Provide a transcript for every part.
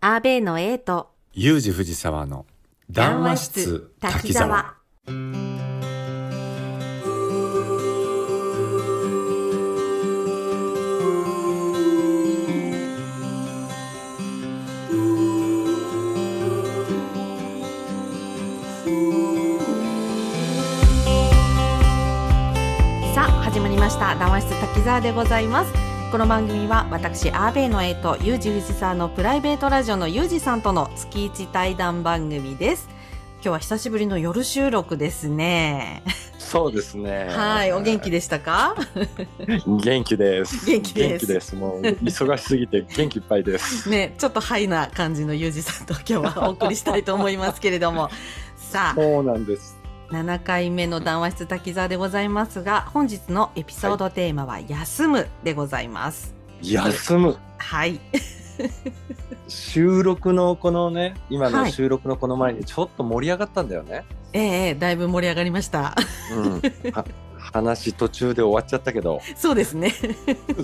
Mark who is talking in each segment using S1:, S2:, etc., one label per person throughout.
S1: アーベイの A と
S2: ユージ藤沢の談話室滝沢。
S1: さあ始まりました談話室滝沢でございますこの番組は私アーベイの A とユージ藤沢のプライベートラジオのユージさんとの月一対談番組です今日は久しぶりの夜収録ですね
S3: そうですね。
S1: はいお元気でしたか
S3: 元気です。
S1: 元気です
S3: もう忙しすぎて元気いっぱいです。
S1: ねちょっとハイな感じのユージさんと今日 はお送りしたいと思いますけれどもさあ
S3: そうなんです。
S1: 7回目の談話室滝沢でございますが本日のエピソードテーマは「休む」でございます。
S3: 休む。
S1: はい、
S3: 収録のこのね、今
S1: は
S3: の
S1: い
S3: 収録のこの前にちょっと盛り上がったんだよね。
S1: ええええだいぶ盛り上がりました。
S3: うん。は話途中で終わっちゃったけど。
S1: そうですね。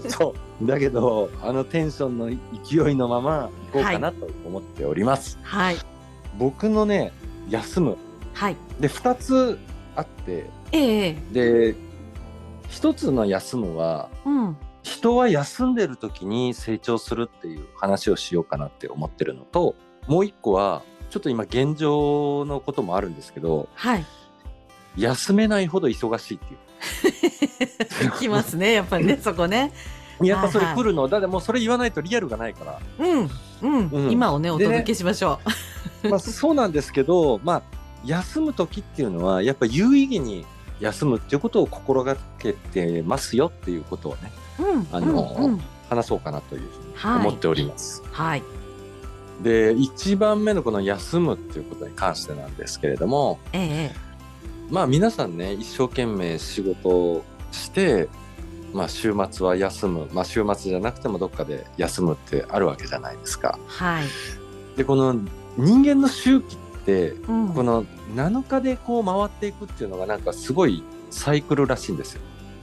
S3: そう。だけど、あのテンションの勢いのまま行こうかなと思っております。
S1: はい、
S3: 僕のね、休む。
S1: はい、
S3: で、二つあって、
S1: ええ
S3: で、一つの休むは、
S1: うん、
S3: 人は休んでる時に成長するっていう話をしようかなって思ってるのともう一個はちょっと今現状のこともあるんですけど
S1: はい、
S3: 休めないほど忙しいっていう
S1: きますね、やっぱ りね、そこね。
S3: やっぱそれ
S1: はいはい
S3: 来るの、だってもうそれ言わないとリアルがないから、
S1: うん、うん、
S3: うん
S1: 今をね、お
S3: でね
S1: 届けしましょう。
S3: まあ、そうなんですけどまあ休む時っていうのはやっぱ有意義に休むっていうことを心がけてますよっていうことをね
S1: うん、
S3: あの
S1: うん、うん
S3: 話そうかなというふうに
S1: はい、
S3: 思っております。
S1: はい、
S3: で一番目のこの休むっていうことに関してなんですけれども、
S1: ええええ
S3: まあ皆さんね一生懸命仕事をして、まあ、週末は休む、まあ、週末じゃなくてもどっかで休むってあるわけじゃないですか。
S1: はい、
S3: でこの人間の周期って
S1: うん、
S3: この7日でこう回っていくっていうのがなんかすごいサイクルらしいんですよ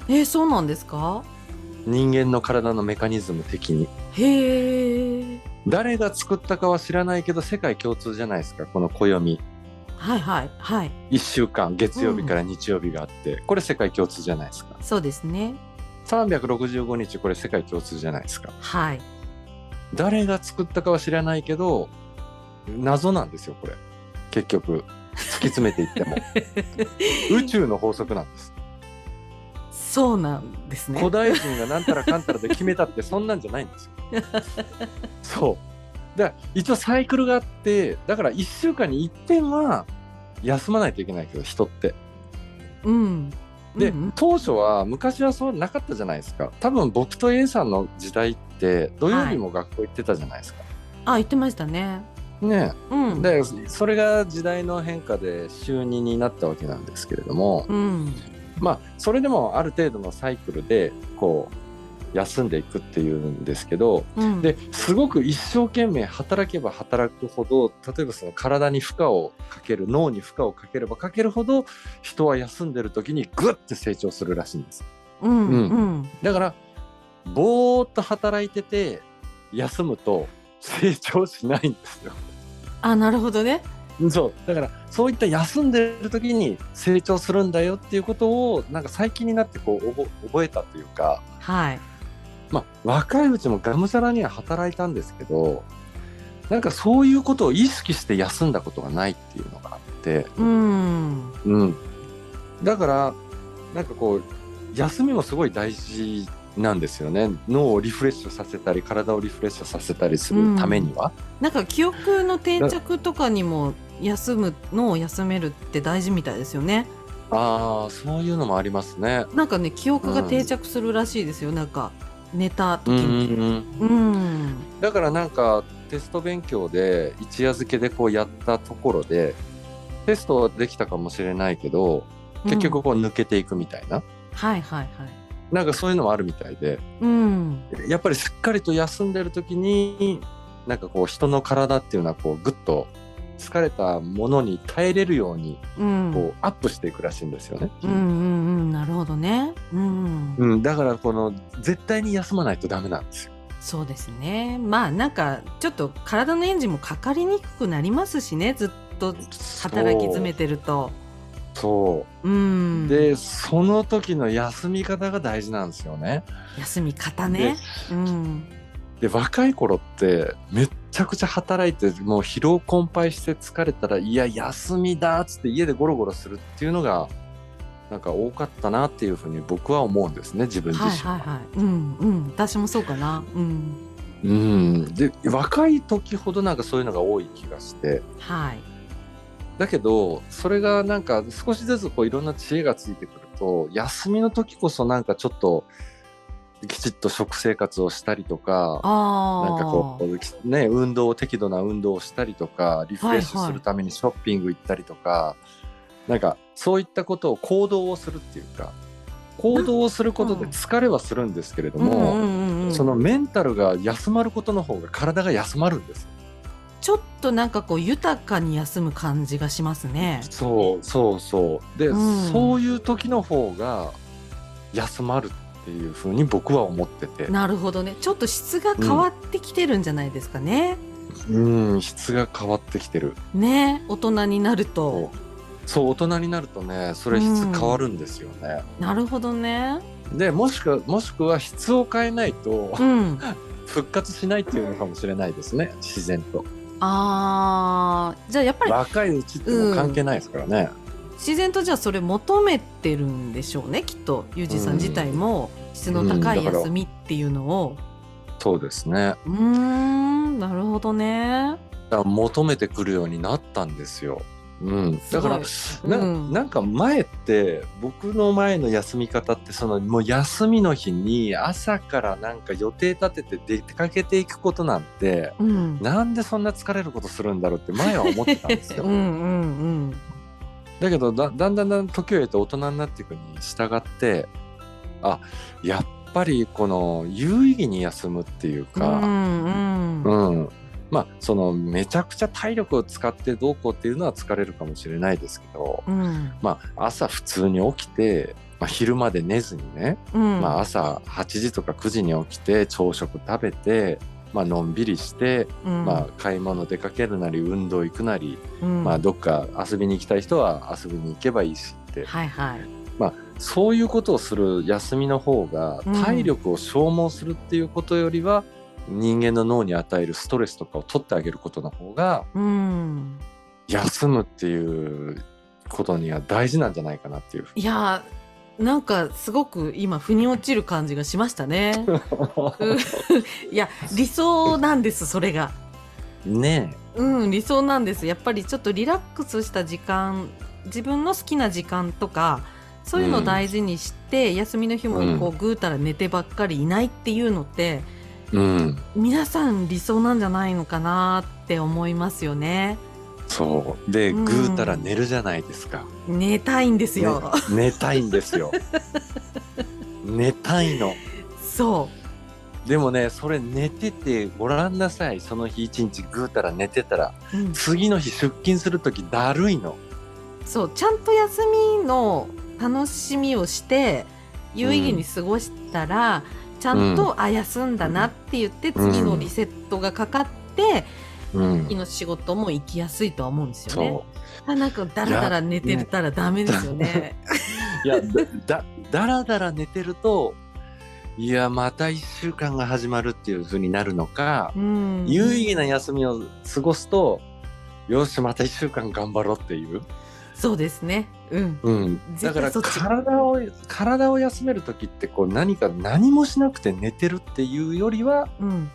S1: ええそうなんですか。
S3: 人間の体のメカニズム的に。
S1: へえ、
S3: 誰が作ったかは知らないけど世界共通じゃないですかこの暦
S1: はい、はい、はい、
S3: 1週間月曜日から日曜日があって、これ世界共通じゃないですか
S1: そうですね。
S3: 365日これ世界共通じゃないですか
S1: はい、
S3: 誰が作ったかは知らないけど謎なんですよこれ結局突き詰めていっても宇宙の法則なんです
S1: そうなんですね。
S3: 古代人がなんたらかんたらで決めたってそんなんじゃないんですよそうだから一応サイクルがあってだから1週間に1点は休まないといけないけど人って
S1: うん。
S3: で、
S1: うんうん
S3: 当初は昔はそうなかったじゃないですか多分僕と A さんの時代って土曜日も学校行ってたじゃないですか、
S1: あ、言ってましたね。
S3: ねえ
S1: うん。
S3: でそれが時代の変化で週2になったわけなんですけれども、
S1: うん。
S3: まあそれでもある程度のサイクルでこう休んでいくっていうんですけど
S1: うん。
S3: ですごく一生懸命働けば働くほど例えばその体に負荷をかける脳に負荷をかければかけるほど人は休んでる時にグッて成長するらしいんです
S1: うん。
S3: うん
S1: うん。
S3: だからぼーっと働いてて休むと成長しないんですよ
S1: あ、なるほどね。
S3: そうだからそういった休んでる時に成長するんだよっていうことをなんか最近になってこうおぼ覚えたというか、
S1: はい。
S3: まあ、若いうちもがむしゃらには働いたんですけどなんかそういうことを意識して休んだことがないっていうのがあって、
S1: うん。
S3: うん、だからなんかこう休みもすごい大事なんですよね脳をリフレッシュさせたり体をリフレッシュさせたりするためには。
S1: なんか記憶の定着とかにも休むのを休めるって大事みたいですよね。
S3: ああそういうのもありますね。
S1: なんかね記憶が定着するらしいですよ。なんか寝た時に。
S3: うん
S1: うん。
S3: だからなんかテスト勉強で一夜漬けでこうやったところでテストはできたかもしれないけど結
S1: う
S3: 局
S1: ん
S3: こう抜けていくみたいな、
S1: はいはいはい。
S3: なんかそういうのもあるみたいで
S1: うん。
S3: やっぱりしっかりと休んでる時になんかこう人の体っていうのはこうグッと疲れたものに耐えれるように
S1: うん。
S3: こうアップしていくらしいんですよね、
S1: うんうんうん。なるほどね。うん。
S3: うんだからこの絶対に休まないとダメなんですよ
S1: そうですねまあなんかちょっと体のエンジンもかかりにくくなりますしねずっと働き詰めてると
S3: そうう、
S1: ん
S3: でその時の休み方が大事なんですよね。
S1: 休み方ねうん
S3: で若い頃ってめっちゃくちゃ働いてもう疲労困憊して疲れたらいや休みだっつって家でゴロゴロするっていうのがなんか多かったなっていうふうに僕は思うんですね自分自
S1: は
S3: 身
S1: いはいはいうんうん私もそうかなうん
S3: うんで若い時ほどなんかそういうのが多い気がして
S1: はい
S3: だけどそれがなんか少しずつこういろんな知恵がついてくると休みの時こそなんかちょっときちっと食生活をしたりとか
S1: ああ
S3: なんかこう、ね、運動を適度な運動をしたりとかリフレッシ
S1: はいは
S3: ュ
S1: い
S3: するためにショッピング行ったりとか、なんかそういったことを行動をするっていうか行動をすることで疲れはするんですけれども、
S1: んうんうんうん
S3: そのメンタルが休まることの方が体が休まるんですよ。
S1: ちょっとなんかこう豊かに休む感じがしますね
S3: そうそうそうで、
S1: うん
S3: そういう時の方が休まるっていうふうに僕は思ってて、
S1: なるほどねちょっと質が変わってきてるんじゃないですかね、
S3: うん、質が変わってきてる。
S1: ね大人になると
S3: そう大人になるとねそれ質変わるんですよね。
S1: なるほど ね
S3: でもしくもしくは質を変えないと
S1: うん
S3: 復活しないっていうのかもしれないですね自然と
S1: あーじゃあやっぱり
S3: 若いうちってもう関係ないですからね、
S1: 自然とじゃあそれ求めてるんでしょうねきっとユージさん自体も質の高
S3: う
S1: い
S3: んだから
S1: 休みっていうのを
S3: そうですね
S1: うーんなるほどね
S3: だから求めてくるようになったんですよ、うん、だから
S1: すごい
S3: な,、
S1: うん
S3: ん、なんか前って僕の前の休み方ってそのもう休みの日に朝からなんか予定立てて出かけていくことなんて
S1: うん
S3: なんでそんな疲れることするんだろうって前は思ってた んですよ。
S1: うんうん
S3: だけどだだんだんだん時を経て大人になっていくに従ってあやっぱりこの有意義に休むっていう
S1: うんう
S3: か、
S1: ん
S3: う
S1: うん
S3: んまあそのめちゃくちゃ体力を使ってどうこうっていうのは疲れるかもしれないですけど、
S1: うん
S3: まあ、朝普通に起きて、まあ、昼まで寝ずにね、
S1: うん
S3: まあ、朝8時とか9時に起きて朝食食べて、まあのんびりして、
S1: うん
S3: まあ、買い物出かけるなり運動行くなり、
S1: うん
S3: まあ、どっか遊びに行きたい人は遊びに行けばいいしって
S1: はいはい
S3: そういうことをする休みの方が
S1: うん
S3: 体力を消耗するっていうことよりは、人間の脳に与えるストレスとかを取ってあげることの方が
S1: うん
S3: 休むっていうことには大事なんじゃないかなっていうふうに
S1: いやーなんかすごく今腑に落ちる感じがしましたね いや理想なんですそれが
S3: ね
S1: うん理想なんですやっぱりちょっとリラックスした時間自分の好きな時間とかそういうのを大事にして、休みの日もこうぐうたら寝てばっかりいないっていうのって、
S3: えうん
S1: 皆さん理想なんじゃないのかなって思いますよね
S3: そうで
S1: う
S3: ぐ
S1: ん
S3: うたら寝るじゃないですか、
S1: 寝たいんですよ、
S3: ね寝たいんで すよ寝たいの
S1: そ
S3: でもねそれ寝ててごらんなさいその日一日ぐうたら寝てたら
S1: う、うん
S3: 次の日出勤する時だるいの
S1: そうちゃんと休みの楽しみをして有意義に過ごしたら、ちゃんと、あ休んだなって言って次のリセットがかかって、
S3: うん
S1: 次の仕事も行きやすいとは思うんですよね
S3: そ。
S1: あなんかだらだら寝てたらダメですよね。
S3: ういや だだだらだら寝てるといやまた1週間が始まるっていう風になるのか、
S1: うん、
S3: 有意義な休みを過ごすとよしまた1週間頑張ろうっていう、
S1: そうですね。うん。
S3: うん、だ
S1: 絶
S3: か
S1: 対
S3: ら
S1: そっち
S3: 体を体を休める時ってこう何か何もしなくて寝てるっていうよりは
S1: うん。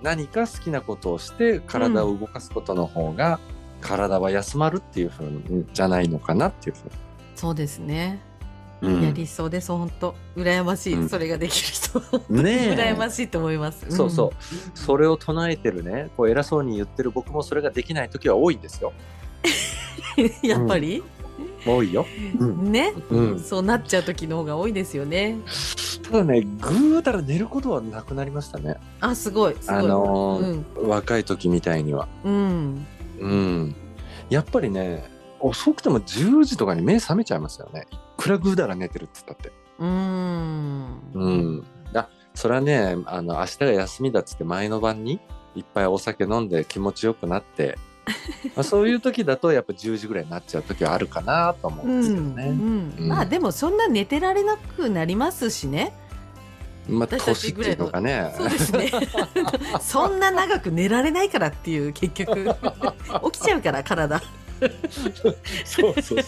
S3: 何か好きなことをして体を動かすことの方が、体は休まるっていう風にじゃないのかなっていうふう
S1: そうですね。
S3: に、
S1: いや理想です本当羨ましい、
S3: うん
S1: それができる人は。
S3: ねえ
S1: 羨ましいと思います。
S3: そうそう、それを唱えてるねこう偉そうに言ってる僕もそれができない時は多いんですよ
S1: うん。 やっぱり、
S3: 多いよ、
S1: ね。
S3: うん、
S1: そうなっちゃう時の方が多いですよね。
S3: ただねぐうたら寝ることはなくなりましたね
S1: あ、すごい、すごい。
S3: あのー若い時みたいには
S1: うん、うん、
S3: うんやっぱりね遅くても10時とかに目覚めちゃいますよねいくらぐうたら寝てるって言ったって
S1: うーん、
S3: うんあそれはねあの明日が休みだっつって前の晩にいっぱいお酒飲んで気持ちよくなってまあそういう時だとやっぱ10時ぐらいになっちゃう時はあるかなと思うんですけど
S1: う
S3: ね、
S1: ん
S3: うん
S1: まあでもそんな寝てられなくなりますしね。
S3: まあ
S1: 私た
S3: 年
S1: ち
S3: って
S1: ぐら
S3: い
S1: いうの
S3: のかね
S1: そうです ね。そんな長く寝られないからっていう結局 起きちゃうから体。
S3: そうそうそう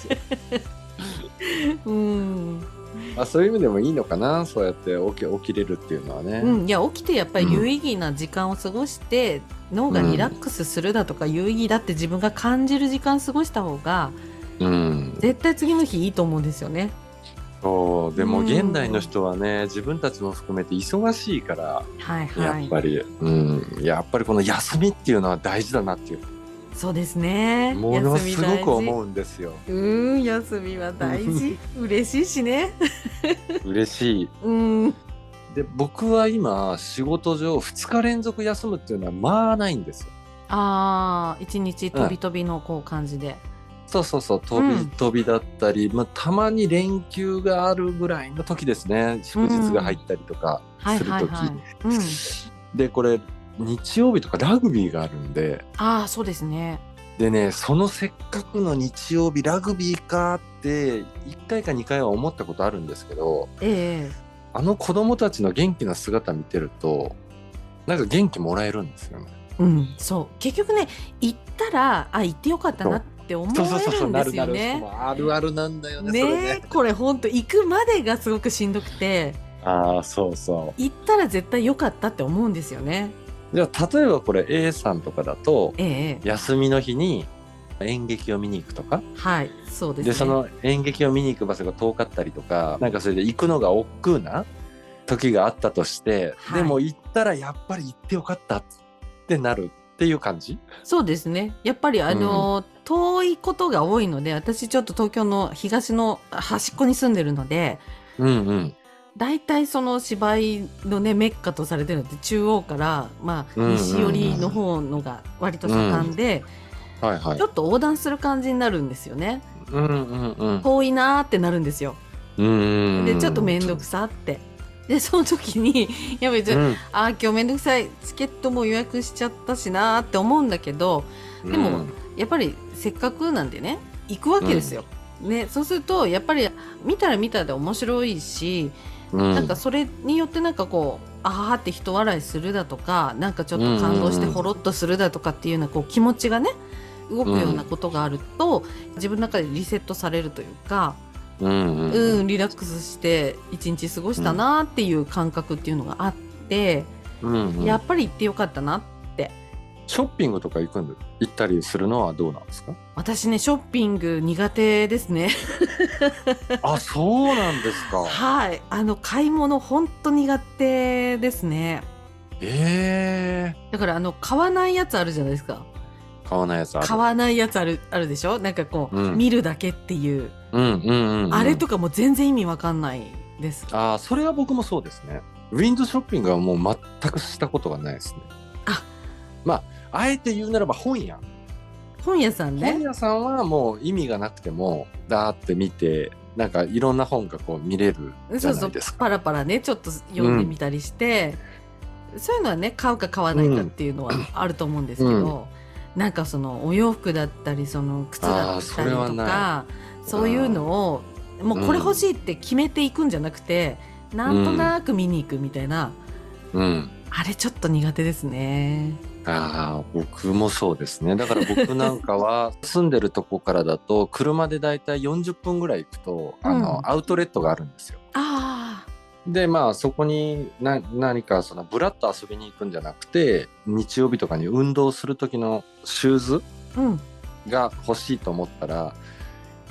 S1: うん。
S3: まあそういう意味でもいいのかなそうやって起き起きれるっていうのはね、
S1: うん、いや起きてやっぱり有意義な時間を過ごして、脳がリラックスするだとか有意義だって自分が感じる時間過ごした方が
S3: うん
S1: 絶対次の日いいと思うんですよね。
S3: そうでも
S1: うん
S3: 現代の人はね自分たちも含めて忙しいから
S1: はいは
S3: やっ
S1: い。
S3: ぱり、うん、やっぱりこの休みっていうのは大事だなっていう
S1: そうですね。
S3: ものすご
S1: う。
S3: く思うんですよ
S1: うん、休みは大 事。嬉しいしね。
S3: 嬉しい
S1: うん。
S3: で僕は今仕事上2日連続休むっていうのはまあないんですよ
S1: ああ、一日飛び飛びのこう感じで。
S3: そうそうそう飛び
S1: うん
S3: 飛びだったり、まあ、たまに連休があるぐらいの時ですね祝日が入ったりとか
S1: はい
S3: する
S1: はい
S3: 時、
S1: はい。うん。
S3: でこれ日曜日とかラグビーがあるんで
S1: ああ、そうですね。
S3: でねそのせっかくの日曜日ラグビーかって1回か2回は思ったことあるんですけど
S1: ええ
S3: あの子供たちの元気な姿見てるとなんか元気もらえるんですよね。
S1: うん、そう。結局ね、行ったら、あ、行ってよかったなって思えるんですよね。
S3: あるあるなんだよね。それ
S1: ねえ
S3: ね
S1: これ本当行くまでがすごくしんどくて
S3: ああそうそ
S1: 行ったら絶対良かったって思うんですよね。
S3: う。じゃあ例えばこれ A さんとかだと
S1: ええ
S3: 休みの日に演劇を見に行くとか
S1: はいそうです、ね、
S3: でその演劇を見に行く場所が遠かったりとかなんかそれで行くのが億劫な時があったとして、
S1: はい
S3: でも行ったらやっぱり行ってよかったってなるっていう感じ
S1: そうですねやっぱりあの、遠いことが多いので私ちょっと東京の東の端っこに住んでるので
S3: うんうん
S1: 大体その芝居のねメッカとされてるのって中央から、まあ、
S3: うんうんうん
S1: 西寄りの方のが割と盛んで、
S3: はいはい
S1: ちょっと横断する感じになるんですよね
S3: うんうんうん
S1: 遠いなーってなるんですよ
S3: うん
S1: でちょっと面倒くさってでその時にやべちょ
S3: うん
S1: あー今日面倒くさいチケットも予約しちゃったしなーって思うんだけどでも
S3: うん
S1: やっぱりせっかくなんでね行くわけですよ。ね、そうするとやっぱり見たら見たで面白いし、
S3: うん
S1: なんかそれによってなんかこうあーって人笑いするだとかなんかちょっと感動して
S3: うん
S1: ほろっとするだとかっていうようなこう気持ちがね動くようなことがあると、自分の中でリセットされるというか、
S3: うんうん
S1: うん
S3: うん
S1: リラックスして一日過ごしたなーっていう感覚っていうのがあって、
S3: うんうん
S1: やっぱり行ってよかったな
S3: ショッピングとか行くんで行ったりするのはどうなんですか
S1: 私ねショッピング苦手ですね。
S3: あそうなんですか
S1: はい、あの買い物本当苦手ですね。
S3: ええ
S1: だからあの買わないやつあるじゃないですか。
S3: 買わないやつある
S1: 買わないやつあるあるでしょ。なんかこう、
S3: うん
S1: 見るだけっていう、
S3: うんうんうんうん
S1: あれとかも全然意味わかんないです。
S3: ああそれは僕もそうですねウィンドウショッピングはもう全くしたことがないですね
S1: あ
S3: まああえて言うならば本屋
S1: 本屋さん
S3: 本
S1: ね。
S3: 屋さんはもう意味がなくてもだーって見てなんかいろんな本がこう見れるじ
S1: そ
S3: ゃ
S1: う
S3: な
S1: そ
S3: いうですか
S1: パラパラねちょっと読んでみたりして、そういうのはね買うか買わないかっていうのはあると思うんですけど、なんかそのお洋服だったりその靴だ
S3: あー
S1: っ
S3: そ
S1: た
S3: れ
S1: り
S3: は
S1: と
S3: な
S1: かそういうのをもうこれ欲しいって決めていくんじゃなくて、なんとなく見に行くみたいな、
S3: うん
S1: あれちょっと苦手ですね。
S3: ああ僕もそうですねだから僕なん かは住んでるとこからだと車でだいたい40分ぐらい行くとあの、
S1: うん
S3: アウトレットがあるんですよ
S1: あ
S3: でまあそこにな何かそのブラッと遊びに行くんじゃなくて日曜日とかに運動する時のシューズ
S1: あ、うん、
S3: が欲しいと思ったら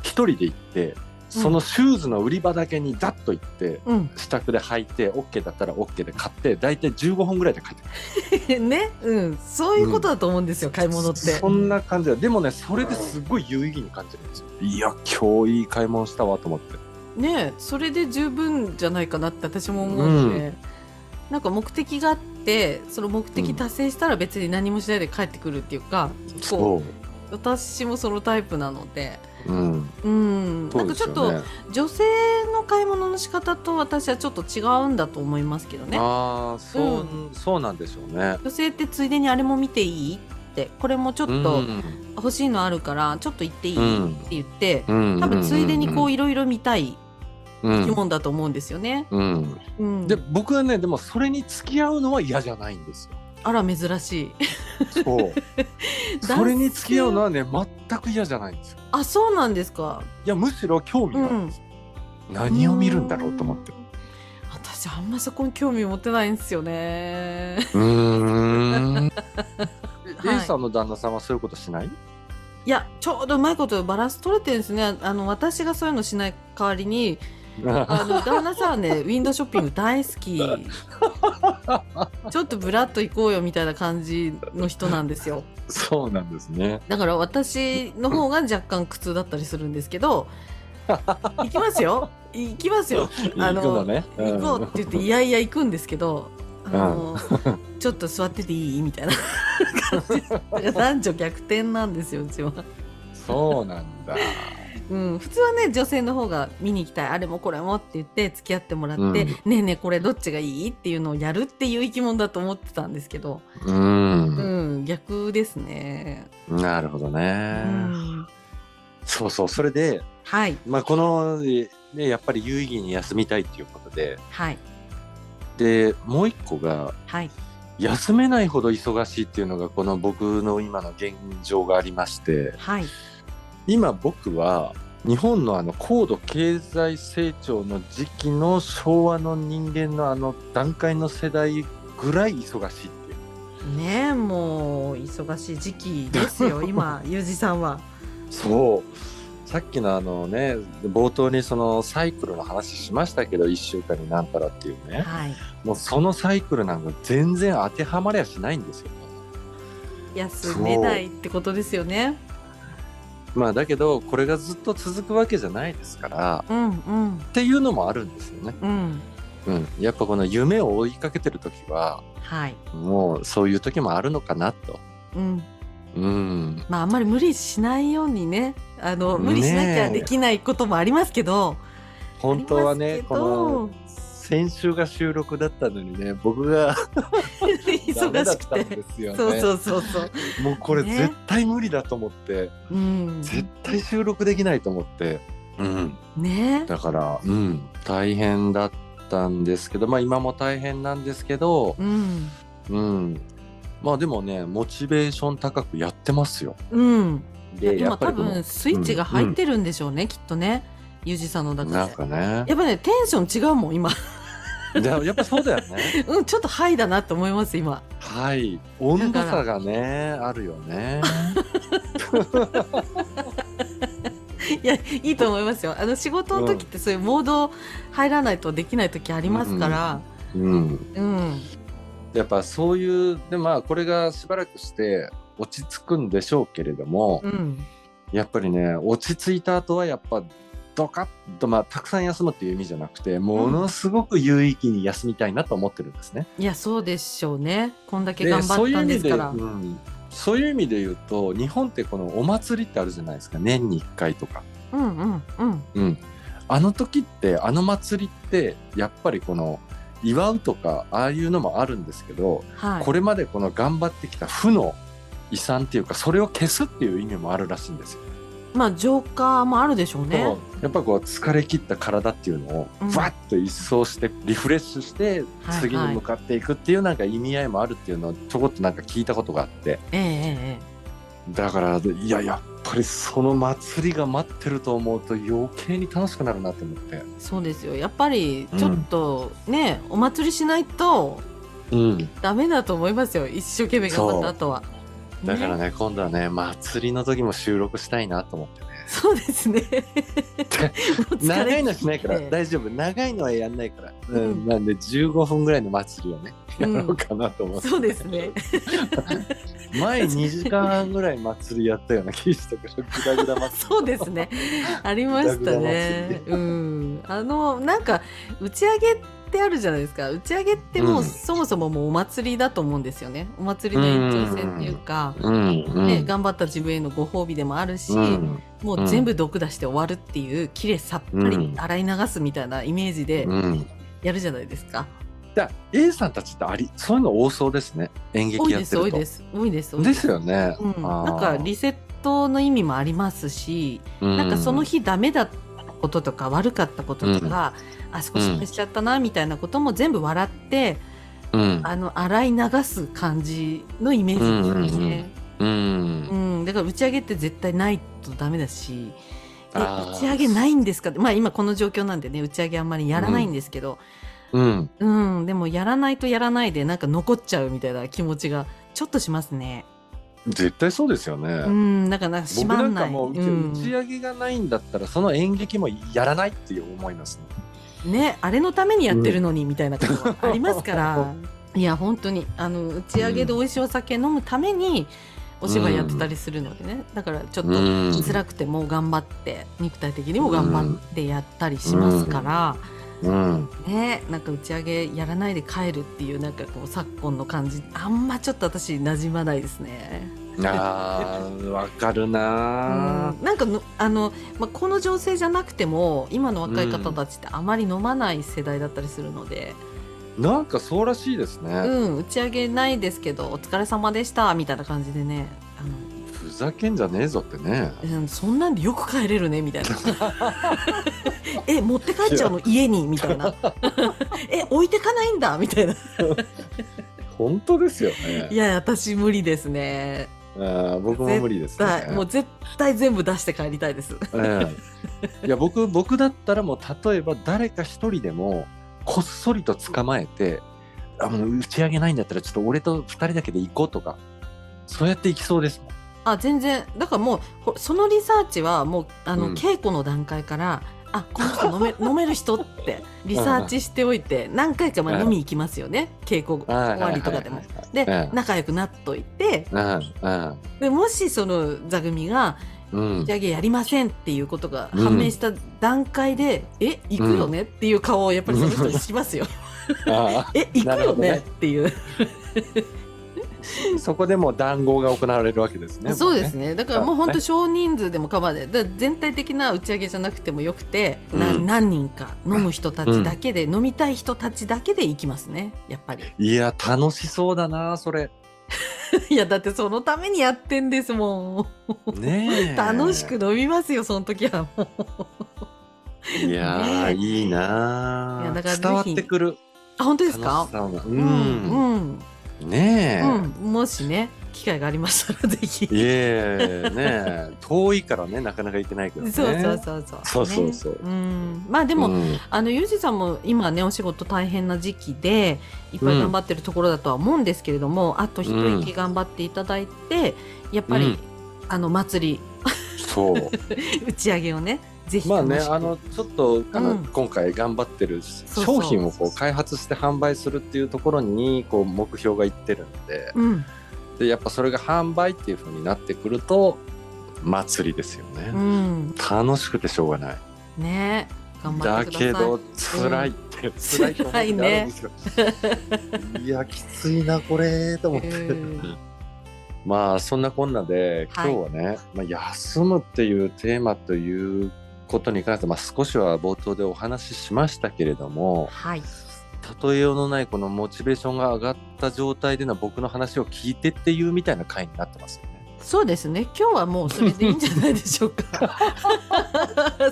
S3: 一人で行ってそのシューズの売り場だけにダッと行って、
S1: うん、
S3: 支度で履いて OK だったら OK で買って大体15分ぐらいで帰ってくる
S1: ね、うん、そういうことだと思うんですよ、買い物って。
S3: そんな感じだでもねそれですごい有意義に感じるんですよいや今日いい買い物したわと思って
S1: ねえそれで十分じゃないかなって私も思うので、なんか目的があってその目的達成したら別に何もしないで帰ってくるっていうか、こ
S3: そう
S1: 私もそのタイプなので、
S3: うん、
S1: うん、
S3: そ
S1: な
S3: うんで
S1: か
S3: す
S1: ち
S3: よ
S1: ょっ
S3: ね
S1: と女性の買い物の仕方と私はちょっと違うんだと思いますけどね
S3: ああそう、そうなんでしょうね
S1: 女性ってついでにあれも見ていいってこれもちょっ
S3: う
S1: と
S3: ん
S1: 欲しいのあるからちょっと行ってい
S3: うん
S1: いって言って
S3: うん
S1: 多分ついでにこう
S3: い
S1: いろいろ見たい
S3: うん、
S1: もんだと思うんですよね。
S3: うん
S1: うん、
S3: で僕はねでもそれに付き合うのは嫌じゃないんですよ
S1: あら珍しい。
S3: そうそれに付き合うのはね全く嫌じゃないんですよ
S1: あそうなんですか。
S3: いやむしろ興味があるんですよ、何を見るんだろうと思って
S1: 私あんまそこに興味持てないんですよね。
S3: う ーんえ
S1: はい
S3: A さんの旦那さんはそういうことしない
S1: いやちょうどうまいことバランス取れてるんですね。あの私がそういうのしない代わりにあの旦那さんはねウィンドウショッピング大好き。ちょっとブラッと行こうよみたいな感じの人なんですよ。
S3: そうなんですね
S1: だから私の方が若干苦痛だったりするんですけど行きますよ行きますよあの
S3: 行くのねうん
S1: 行こうって言っていやいや行くんですけど、あのちょっと座ってていいみたいな 感じだから男女逆転なんですようちは、
S3: そうなんだ
S1: うん、普通はね女性の方が見に行きたいあれもこれもって言って付き合ってもらって、
S3: うん
S1: ねえねえこれどっちがいいっていうのをやるっていう生き物だと思ってたんですけど、
S3: う
S1: うんん、逆ですね、
S3: なるほどね、
S1: うん、
S3: そうそうそれで
S1: はい
S3: まあこのねやっぱり有意義に休みたいっていうことで
S1: はい
S3: でもう一個が
S1: はい
S3: 休めないほど忙しいっていうのがこの僕の今の現状がありまして
S1: はい
S3: 今僕は日本のあの高度経済成長の時期の昭和の人間のあの段階の世代ぐらい忙しいっていう
S1: ねえもう忙しい時期です よ今ユージさんは
S3: そうさっきのあのね冒頭にそのサイクルの話しましたけど1週間になんたらっていうね
S1: はい
S3: もうそのサイクルなんか全然当てはまりゃしないんですよ
S1: 休めないってことですよね
S3: まあだけどこれがずっと続くわけじゃないですから
S1: うんうん
S3: っていうのもあるんですよね、
S1: うん
S3: うん、やっぱこの夢を追いかけてる時は
S1: はい
S3: もうそういう時もあるのかなと
S1: うん
S3: うん
S1: まああんまり無理しないようにねあの
S3: ねえ
S1: 無理しなきゃできないこともありますけど、
S3: 本当は
S1: あり
S3: ね
S1: ますけ
S3: こ
S1: ど
S3: の先週が収録だったのにね僕が ダメ
S1: 忙
S3: だっ
S1: しく
S3: たん
S1: て、
S3: ですよね
S1: そうそうそうそう
S3: もうこれ
S1: ね
S3: 絶対無理だと思って、
S1: うん
S3: 絶対収録できないと思って、うん、
S1: ねえ
S3: だから、うん、大変だったんですけどまあ今も大変なんですけど、
S1: うん
S3: うん、まあでもねモチベーション高くやってますよ。
S1: うんいや
S3: でや
S1: 今
S3: っぱ
S1: 多
S3: りこの
S1: 分スイッチが入ってるんでしょうね、きっとねユージさんの中で
S3: なんかね
S1: やっぱねテンション違うもん今
S3: でやっぱそうだよね
S1: うんちょっとハイだなと思います今
S3: はい温度
S1: だから
S3: 差がねあるよね
S1: いやいいと思いますよあの仕事の時ってそういうモード入らないとできない時ありますから
S3: うん
S1: うん、
S3: やっぱそういうでまあこれがしばらくして落ち着くんでしょうけれども、
S1: うん
S3: やっぱりね落ち着いた後はやっぱドカッとまあたくさん休むっていう意味じゃなくてものすごく有意義に休みたいなと思ってるんですね。
S1: いやそうでしょうねこんだけ
S3: で
S1: 頑張
S3: そう
S1: っ
S3: いう
S1: た
S3: 意
S1: んで
S3: 味
S1: す
S3: で、
S1: から
S3: うん、そういう意味で言うと日本ってこのお祭りってあるじゃないですか年に1回とか。
S1: うんうんうん
S3: うん、あの時ってあの祭りってやっぱりこの祝うとかああいうのもあるんですけど、
S1: はい
S3: これまでこの頑張ってきた負の遺産っていうかそれを消すっていう意味もあるらしいんですよ
S1: まあ浄化もあるでしょうね
S3: そうやっぱこう疲れ切った体っていうのを
S1: うん
S3: わっと一掃してリフレッシュして
S1: はいはい
S3: 次に向かっていくっていうなんか意味合いもあるっていうのをちょこっとなんか聞いたことがあって
S1: えええええ
S3: だからいややっぱりその祭りが待ってると思うと余計に楽しくなるなと思って
S1: えそうですよやっぱりちょっとね、お祭りしないと
S3: うん
S1: ダメだと思いますよ一生懸命頑張った後は
S3: だから
S1: ね
S3: ね今度はね祭りの時も収録したいなと思ってね
S1: そうですねもう疲れ
S3: 長いのしな いから
S1: ええ
S3: 大丈夫長いのはやんないから、う
S1: うん
S3: ん、なんで15分ぐらいの祭りをねやろうかなと思って、
S1: そうですね。
S3: 前2時間半ぐらい祭りやったような記事とかグダグダ祭り
S1: そうです ね。ありましたね。うん。あの、なんか、打ち上げってあるじゃないですか打ち上げってもう、
S3: うん
S1: そもそももうお祭りだと思うんですよねお祭りの延長線って いうか、
S3: うんうん
S1: ね、頑張った自分へのご褒美でもあるし、
S3: うん
S1: もう全部毒出して終わるっていうきれいさっぱり洗い流すみたいなイメージで
S3: うん、
S1: やるじゃないですか、
S3: だ A さんたちってありそういうの多そうですね演
S1: 多い
S3: 劇や
S1: で
S3: って
S1: す
S3: ると
S1: 多いです多いです多い
S3: ですよね、
S1: うん、
S3: あー
S1: なんかリセットの意味もありますし、なんかその日ダメだったこととか悪かったこととか、あ少ししちゃったなみたいなことも全部笑って、
S3: うん、うん
S1: あの洗い流す感じのイメージですね、
S3: う
S1: う
S3: ん
S1: んだから打ち上げって絶対ないとダメだしえ
S3: あー
S1: 打ち上げないんですかってまあ今この状況なんでね打ち上げあんまりやらないんですけど、
S3: うん
S1: うん、でもやらないとやらないでなんか残っちゃうみたいな気持ちがちょっとしますね。
S3: 絶対そうですよね、
S1: うん、なんかなんか閉
S3: 僕
S1: ま
S3: なんん
S1: な
S3: か
S1: い。
S3: もう打ち,、
S1: うん
S3: 上げがないんだったらその演劇もやらないっていう思いますね
S1: ね、あれのためにやってるのにみたいなことはありますから、いや本当にあの打ち上げで美味しいお酒飲むためにお芝居やってたりするのでね、だからちょっと
S3: うん
S1: 辛くても頑張って肉体的にも頑張ってやったりしますから、
S3: うん
S1: ね、なんか打ち上げやらないで帰るっていうなんかこう昨今の感じあんまちょっと私馴染まないですね。
S3: あーわかるな
S1: うんなんかのあの、まあ、この情勢じゃなくても今の若い方たちってあまり飲まない世代だったりするので、
S3: ーなんかそうらしいですね、
S1: うん打ち上げないですけどお疲れ様でしたみたいな感じでね
S3: ふざけんじゃねえぞってね
S1: あの、うん、そんなんでよく帰れるねみたいなえ持って帰っちゃうの家にみたいなえ置いてかないんだみたいな
S3: 本当ですよ
S1: い
S3: ね
S1: や私無理ですね
S3: あー僕も無理です
S1: だ
S3: ね
S1: もう絶対全部出して帰りたいです
S3: え えいや僕僕だったらもう例えば誰か一人でもこっそりと捕まえてあもう打ち上げないんだったらちょっと俺と二人だけで行こうとかそうやって行きそうですもん。
S1: あ全然だからもうほそのリサーチはもうあの、
S3: うん
S1: 稽古の段階からあこの人飲め飲める人ってリサーチしておいて何回かまあ
S3: うん
S1: 飲み行きますよね稽古終わりとかでも
S3: はい。はい
S1: で、
S3: うん
S1: 仲良くなっといて
S3: はい
S1: でもしその座組が
S3: うんうんう
S1: 打
S3: ん
S1: ち上げやりませんっていうことが
S3: うん
S1: 判明した段階で、え行くよねっていう顔をやっぱりその人にし ますよ。
S3: あ
S1: え行く
S3: なる
S1: よ
S3: ほど
S1: ね
S3: ね
S1: っていう、
S3: あそこでもう談合が行われるわけですね。
S1: そうです
S3: も
S1: ねだからもう本当少人数でも構わないだから全体的な打ち上げじゃなくてもよくて、な
S3: うん
S1: 何人か飲む人たちだけで、飲みたい人たちだけで行きますねやっぱり
S3: うね。いや楽しそうだなそれ。
S1: いやだってそのためにやってんですも
S3: ね
S1: ん
S3: え
S1: 楽しく飲みますよその時はもう
S3: いやー
S1: ねえ
S3: いい
S1: いや
S3: な
S1: だからぜひ
S3: 伝わってくる
S1: あ本当で
S3: 楽
S1: す
S3: し
S1: か
S3: さがう
S1: うんうん、
S3: ねえ。
S1: うん、もしね機会がありましたらぜひ
S3: いえねえ遠いからねなかなか行けないけど
S1: そう
S3: ね
S1: そうそうそう、
S3: そうそうそう
S1: ねうん、まあで
S3: で
S1: も、
S3: うん
S1: あのユージさんも今ねお仕事大変な時期でいっぱい頑張ってるところだとは思うんですけれども、あと一息頑張っていただいて、やっぱり、
S3: うん
S1: あの祭
S3: そう
S1: り打ち上げをねぜひ
S3: まあね
S1: 楽しく
S3: あのちょっとあの、
S1: うん
S3: 今回頑張ってる
S1: う
S3: 商品をこう開発して販売するっていうところにこう目標がいってるんで
S1: うん、
S3: でやっぱそれが販売っていう風になってくると祭りですよね、
S1: うん、
S3: 楽しくてしょうがない
S1: ね頑張っ
S3: だ
S1: てください
S3: けど辛いって、辛いと思ってあるんですよ、いやきついなこれと思って、
S1: うん
S3: まあそんなこんなで今
S1: はい
S3: 日はね、まあ、休むっていうテーマということに関して、まあ、少しは冒頭でお話ししましたけれども
S1: はい
S3: 例えようのないこのモチベーションが上がった状態での僕の話を聞いてっていうみたいな回になってますよね。
S1: そうですね今日はもうそれでいいんじゃないでしょうか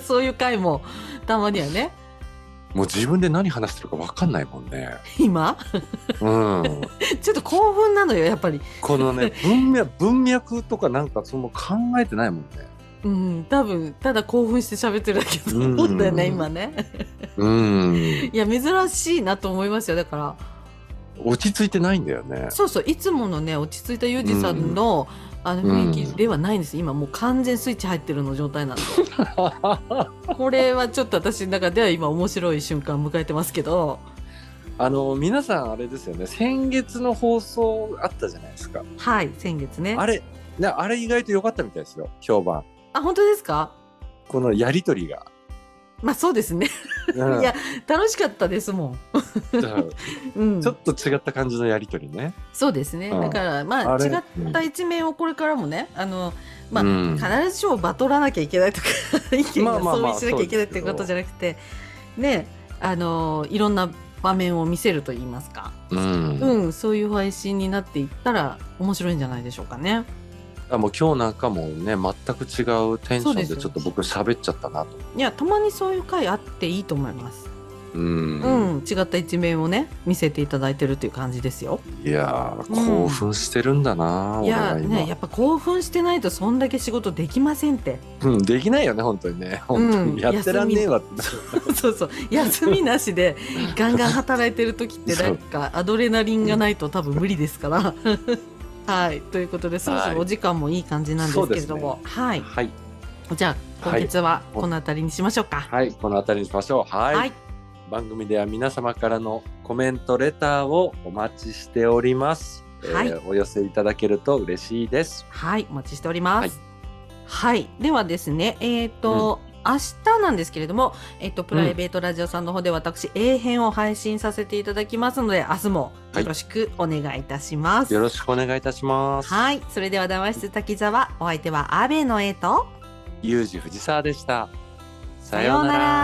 S1: そういう回もたまにはね
S3: もう自分で何話してるか分かんないもん ね。
S1: 今
S3: うん、
S1: ちょっと興奮なのよやっぱり
S3: このね文脈文脈とかなんかその考えてないもんね。
S1: うん、多分ただ興奮して喋ってるだけだと思うんだよね、
S3: うん
S1: 今ね。
S3: うん
S1: いや珍しいなと思いますよだか
S3: 落ち着いてないんだよね
S1: ら。そうそういつものね落ち着いたユージさんの,、あの雰囲気ではないんです今もう完全スイッチ入ってるの状態なんでこれはちょっと私の中では今面白い瞬間迎えてますけど
S3: あの皆さんあれですよね先月の放送あったじゃないですか
S1: はい先月ね
S3: あれねあれ意外と良かったみたいですよ評判
S1: あ本当ですか
S3: このやりとりが
S1: まあそうですね。
S3: うん
S1: いや楽しかったですもん。
S3: じゃあ
S1: うん
S3: ちょ、っと違った感じのやりとりね。
S1: そうですね。
S3: うん
S1: だからまあ
S3: あれ
S1: 違った一面をこれからもね、あのまあ、
S3: うん
S1: 必ずしもバトらなきゃいけないとか 意見
S3: ま
S1: が
S3: あまあ
S1: 相
S3: まあ
S1: 違しなきゃいけないっていうことじゃなくて、ね、あのいろんな場面を見せると言いますか。
S3: うん
S1: うん、そういう配信になっていったら面白いんじゃないでしょうかね。
S3: あもう今日なんかもね全く違うテンションでちょっと僕喋っちゃったなと。
S1: いや、たまにそういう回あっていいと思います。
S3: うん
S1: うん、違った一面をね、見せていただいてるという感じですよ。
S3: いやー
S1: うん
S3: 興奮してるんだな、
S1: い
S3: 俺
S1: や、
S3: は今、
S1: ね、やっぱ興奮してないと、そんだけ仕事できませんって。
S3: うん、できないよね本当にね本当に、
S1: うん
S3: やってらんねえわって
S1: そうそう、休みなしで、ガンガン働いてる時って、なんかアドレナリンがないと、多分無理ですから。 はい、ということで、そろそろお時間もいい感じなんですけれども。はい、
S3: はい
S1: じゃあ、今月はこのあたりにしましょうか。
S3: はいこの辺りにしましょうはい、
S1: はい、
S3: 番組では皆様からのコメントレターをお待ちしております、
S1: はい
S3: えーお寄せいただけると嬉しいです
S1: はい、お待ちしております。はい、ではですね、えっ、と、明日なんですけれども、えっ、と、プライベートラジオさんの方で私、A 編を配信させていただきますので、明日もよろしくお願いいたします。
S3: よろしくお願いいたします
S1: はい、それでは談話室滝沢、お相手は阿部の絵と、
S3: ゆうじ藤沢でしたさようなら